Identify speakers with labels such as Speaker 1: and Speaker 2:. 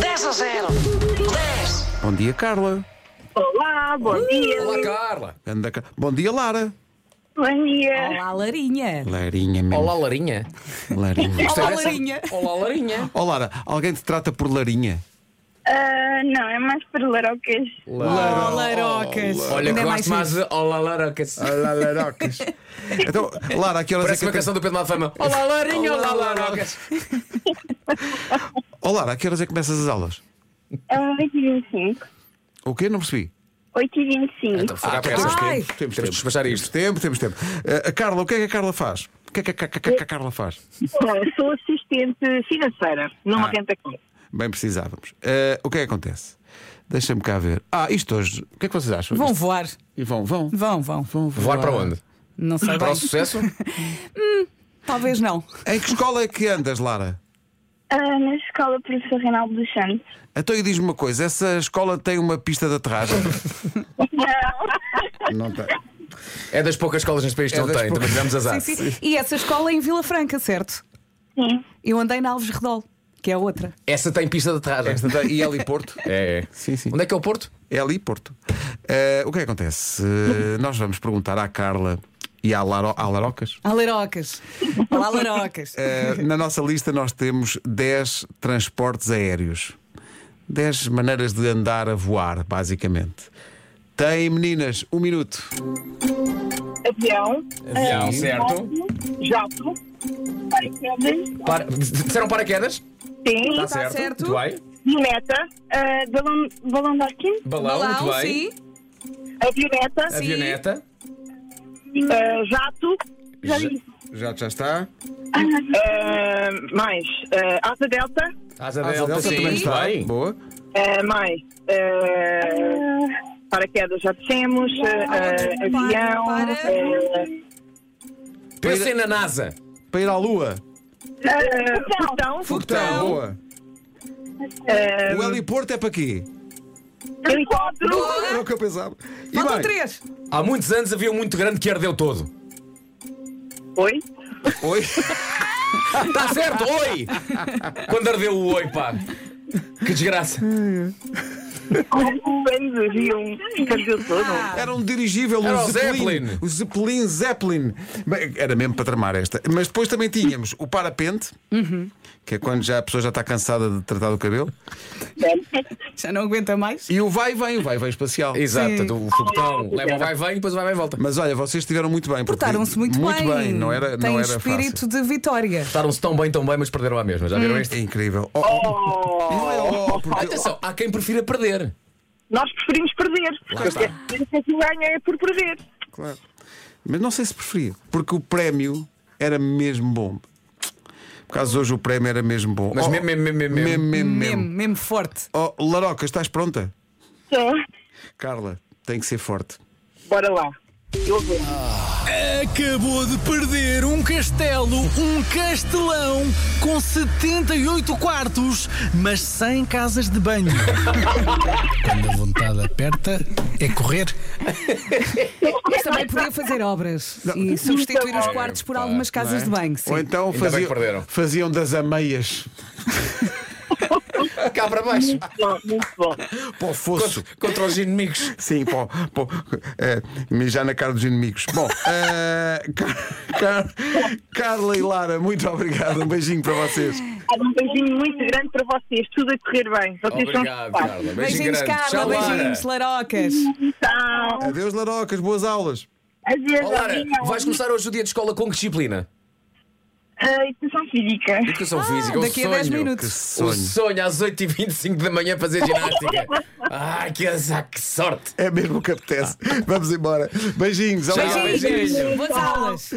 Speaker 1: 3 a 0. 10.
Speaker 2: Bom dia, Carla.
Speaker 3: Olá, bom dia.
Speaker 4: Olá, Carla.
Speaker 2: Anda cá. Bom dia, Lara.
Speaker 3: Bom dia.
Speaker 5: Olá, Larinha.
Speaker 2: Larinha mesmo.
Speaker 4: Olá, Larinha.
Speaker 2: Larinha.
Speaker 5: Olá, Larinha.
Speaker 4: Olá, Larinha.
Speaker 2: Ó, Lara, alguém te trata por Larinha?
Speaker 3: Ah, não, é mais para larocas.
Speaker 5: Olá, Larocas.
Speaker 4: Olha,
Speaker 5: Ainda
Speaker 4: que
Speaker 5: é
Speaker 4: gosto mais
Speaker 5: giro.
Speaker 4: de Olá, Larocas.
Speaker 2: Olá, Larocas. Então, Lara, a que horas
Speaker 4: Parece
Speaker 2: é
Speaker 4: uma
Speaker 2: que.
Speaker 4: canção do Pedro Malfama. Olá, Larinha, Olá, Larocas.
Speaker 2: Ó, Lara, a que horas é que começas as aulas?
Speaker 3: É 8h25.
Speaker 2: O quê? Não percebi. Ah,
Speaker 3: 8h25.
Speaker 4: Fogar para
Speaker 2: temos
Speaker 4: essas.
Speaker 5: Ai.
Speaker 2: tempo, temos
Speaker 4: Temos
Speaker 2: tempo.
Speaker 4: de despachar
Speaker 2: Temos
Speaker 4: isto.
Speaker 2: tempo, temos tempo. Eh, a Carla, o que é que a Carla faz? O que é que a, ca- ca- ca- ca- Carla faz?
Speaker 4: Então.
Speaker 3: Eu Sou assistente financeira numa
Speaker 2: Ah.
Speaker 3: renta com.
Speaker 2: Bem, precisávamos. Eh, o que é que acontece? Deixa-me cá ver. Ah, isto hoje. O que é que vocês acham?
Speaker 5: Vão
Speaker 2: Isto-
Speaker 5: voar.
Speaker 2: E vão, vão.
Speaker 5: Vão, vão.
Speaker 2: Vão
Speaker 4: Voar para onde?
Speaker 5: Não sei
Speaker 4: Para
Speaker 5: bem.
Speaker 4: o sucesso?
Speaker 5: Talvez não.
Speaker 2: Em que escola é que andas, Lara?
Speaker 3: Ah, na escola professor Reinaldo dos Santos.
Speaker 2: Então, e diz-me uma coisa: essa escola tem uma pista de aterragem? Não tem.
Speaker 4: É das poucas escolas neste país que
Speaker 2: É
Speaker 4: não
Speaker 2: das
Speaker 4: tem.
Speaker 2: poucas.
Speaker 4: Também tivemos azar.
Speaker 5: Sim, sim. E essa escola é em Vila Franca, certo?
Speaker 3: Sim.
Speaker 5: Eu andei na Alves Redol, que é outra.
Speaker 4: Essa tem pista de aterragem.
Speaker 2: Esta tem. E é ali Porto?
Speaker 4: É, é.
Speaker 2: Sim, sim.
Speaker 4: Onde é que é o Porto?
Speaker 2: É ali Porto. Eh, o que é que acontece? Eh, nós vamos perguntar à Carla e à, Laro, à Larocas.
Speaker 5: Há Larocas. Olá, Larocas.
Speaker 2: Eh, na nossa lista nós temos 10 transportes aéreos. 10 maneiras de andar a voar, basicamente. Tem, meninas, um minuto.
Speaker 3: Avião. Ah,
Speaker 4: Avião, certo.
Speaker 3: jato, Jato. Paraquedas.
Speaker 4: Para... Disseram paraquedas?
Speaker 3: Sim.
Speaker 4: Está
Speaker 5: certo.
Speaker 4: Muito bem.
Speaker 3: Violeta. ah, balão, balão de Arquim.
Speaker 4: Balão, muito
Speaker 5: Balão,
Speaker 4: bem.
Speaker 5: sim.
Speaker 3: A Violeta.
Speaker 4: Avioneta.
Speaker 3: ah, jato. Já
Speaker 4: Ja-
Speaker 3: disse.
Speaker 2: Já, já está.
Speaker 3: Ah, mais. ah, Asa Delta.
Speaker 4: Asa
Speaker 2: A Delta
Speaker 4: Delta, Ah, sim.
Speaker 2: também
Speaker 4: Muito
Speaker 2: está.
Speaker 4: bem.
Speaker 2: Boa.
Speaker 3: Ah, mais. ah, paraquedas já dissemos. ah, ah,
Speaker 5: Para,
Speaker 3: avião.
Speaker 5: para.
Speaker 3: ah,
Speaker 4: Pensem na NASA.
Speaker 2: Para ir à Lua.
Speaker 3: é, Portão.
Speaker 2: Foguetão. Boa. O heliporto é para quê?
Speaker 3: Helicóptero.
Speaker 2: Era o que eu pensava. E
Speaker 5: Faltam
Speaker 2: bem,
Speaker 5: três.
Speaker 4: Há muitos anos havia um muito grande que ardeu todo.
Speaker 3: Oi?
Speaker 2: Oi.
Speaker 4: Está Tá certo, oi! Quando ardeu o oi, pá. Que desgraça.
Speaker 3: Anos havia um cardio todo.
Speaker 2: Era um dirigível, um
Speaker 4: Era o
Speaker 2: Zeppelin.
Speaker 4: Zeppelin.
Speaker 2: O Zeppelin Zeppelin. Bem, Era mesmo para tramar esta. Mas depois também tínhamos o parapente,
Speaker 5: Uhum.
Speaker 2: que é quando já a pessoa já está cansada de tratar do cabelo,
Speaker 5: Já não aguenta mais.
Speaker 2: e o vai e vem, o vai e vem espacial.
Speaker 4: Exato,
Speaker 5: Sim.
Speaker 4: portanto, o foguetão leva o vai vem e depois o vai vem volta.
Speaker 2: Mas olha, vocês estiveram muito bem. porque-
Speaker 5: Portaram-se muito,
Speaker 2: Muito bem, não era,
Speaker 5: Tem
Speaker 2: não era
Speaker 5: espírito
Speaker 2: fácil.
Speaker 5: de vitória.
Speaker 4: Estaram-se tão bem, tão bem, mas perderam a mesma. Já
Speaker 5: Hum.
Speaker 4: viram isto?
Speaker 2: É incrível. Oh, oh, Não é oh, porque-
Speaker 4: Atenção, há quem prefira perder.
Speaker 3: Nós preferimos perder.
Speaker 2: Lá está.
Speaker 3: Porque que ganha é por perder.
Speaker 2: Claro. Mas não sei se preferia, porque o prémio era mesmo bom. Por causa hoje o prémio era mesmo bom. Oh,
Speaker 4: Mas mesmo, mesmo, mesmo, mesmo.
Speaker 2: mesmo, mesmo, mesmo.
Speaker 5: Mesmo, mesmo forte.
Speaker 2: Oh, Laroca, estás pronta?
Speaker 3: Então,
Speaker 2: Carla, tem que ser forte.
Speaker 3: bora lá. Eu vou.
Speaker 6: Acabou de perder um castelo, um castelão com 78 quartos, mas sem casas de banho. Quando a vontade aperta, é correr.
Speaker 5: Mas também podia fazer obras e substituir os quartos por algumas casas de banho. Sim.
Speaker 2: Ou então
Speaker 4: Ainda bem
Speaker 2: faziam,
Speaker 4: que perderam.
Speaker 2: faziam das ameias
Speaker 4: Cá para baixo.
Speaker 3: Bom, muito bom.
Speaker 2: para o fosso.
Speaker 4: Contra, contra os inimigos.
Speaker 2: Sim, pô, pô, eh, mijar na cara dos inimigos. Bom, eh, Car- Car- Carla e Lara, muito obrigado. Um beijinho para vocês.
Speaker 3: Um beijinho muito grande para vocês. Tudo a correr bem. Vocês
Speaker 4: Obrigado,
Speaker 3: são
Speaker 4: Carla. Beijinho
Speaker 5: Beijinhos,
Speaker 4: grande.
Speaker 5: Carla,
Speaker 4: Tchau, Lara.
Speaker 5: beijinhos, larocas.
Speaker 3: Então,
Speaker 2: Adeus, Larocas, boas aulas.
Speaker 3: adeus,
Speaker 4: Ó, Lara,
Speaker 3: adeus.
Speaker 4: vais começar hoje o dia de escola com que disciplina?
Speaker 3: Ah, Educação física.
Speaker 4: Educação física, o
Speaker 5: Ah, Daqui a
Speaker 4: sonho.
Speaker 5: 10
Speaker 2: Que
Speaker 5: minutos.
Speaker 2: sonho.
Speaker 4: O sonho às 8h25 da manhã fazer ginástica. Ai, que azar, que sorte.
Speaker 2: É mesmo o que apetece. Vamos embora. Beijinhos, obrigado.
Speaker 4: Beijinhos.
Speaker 5: Boas aulas.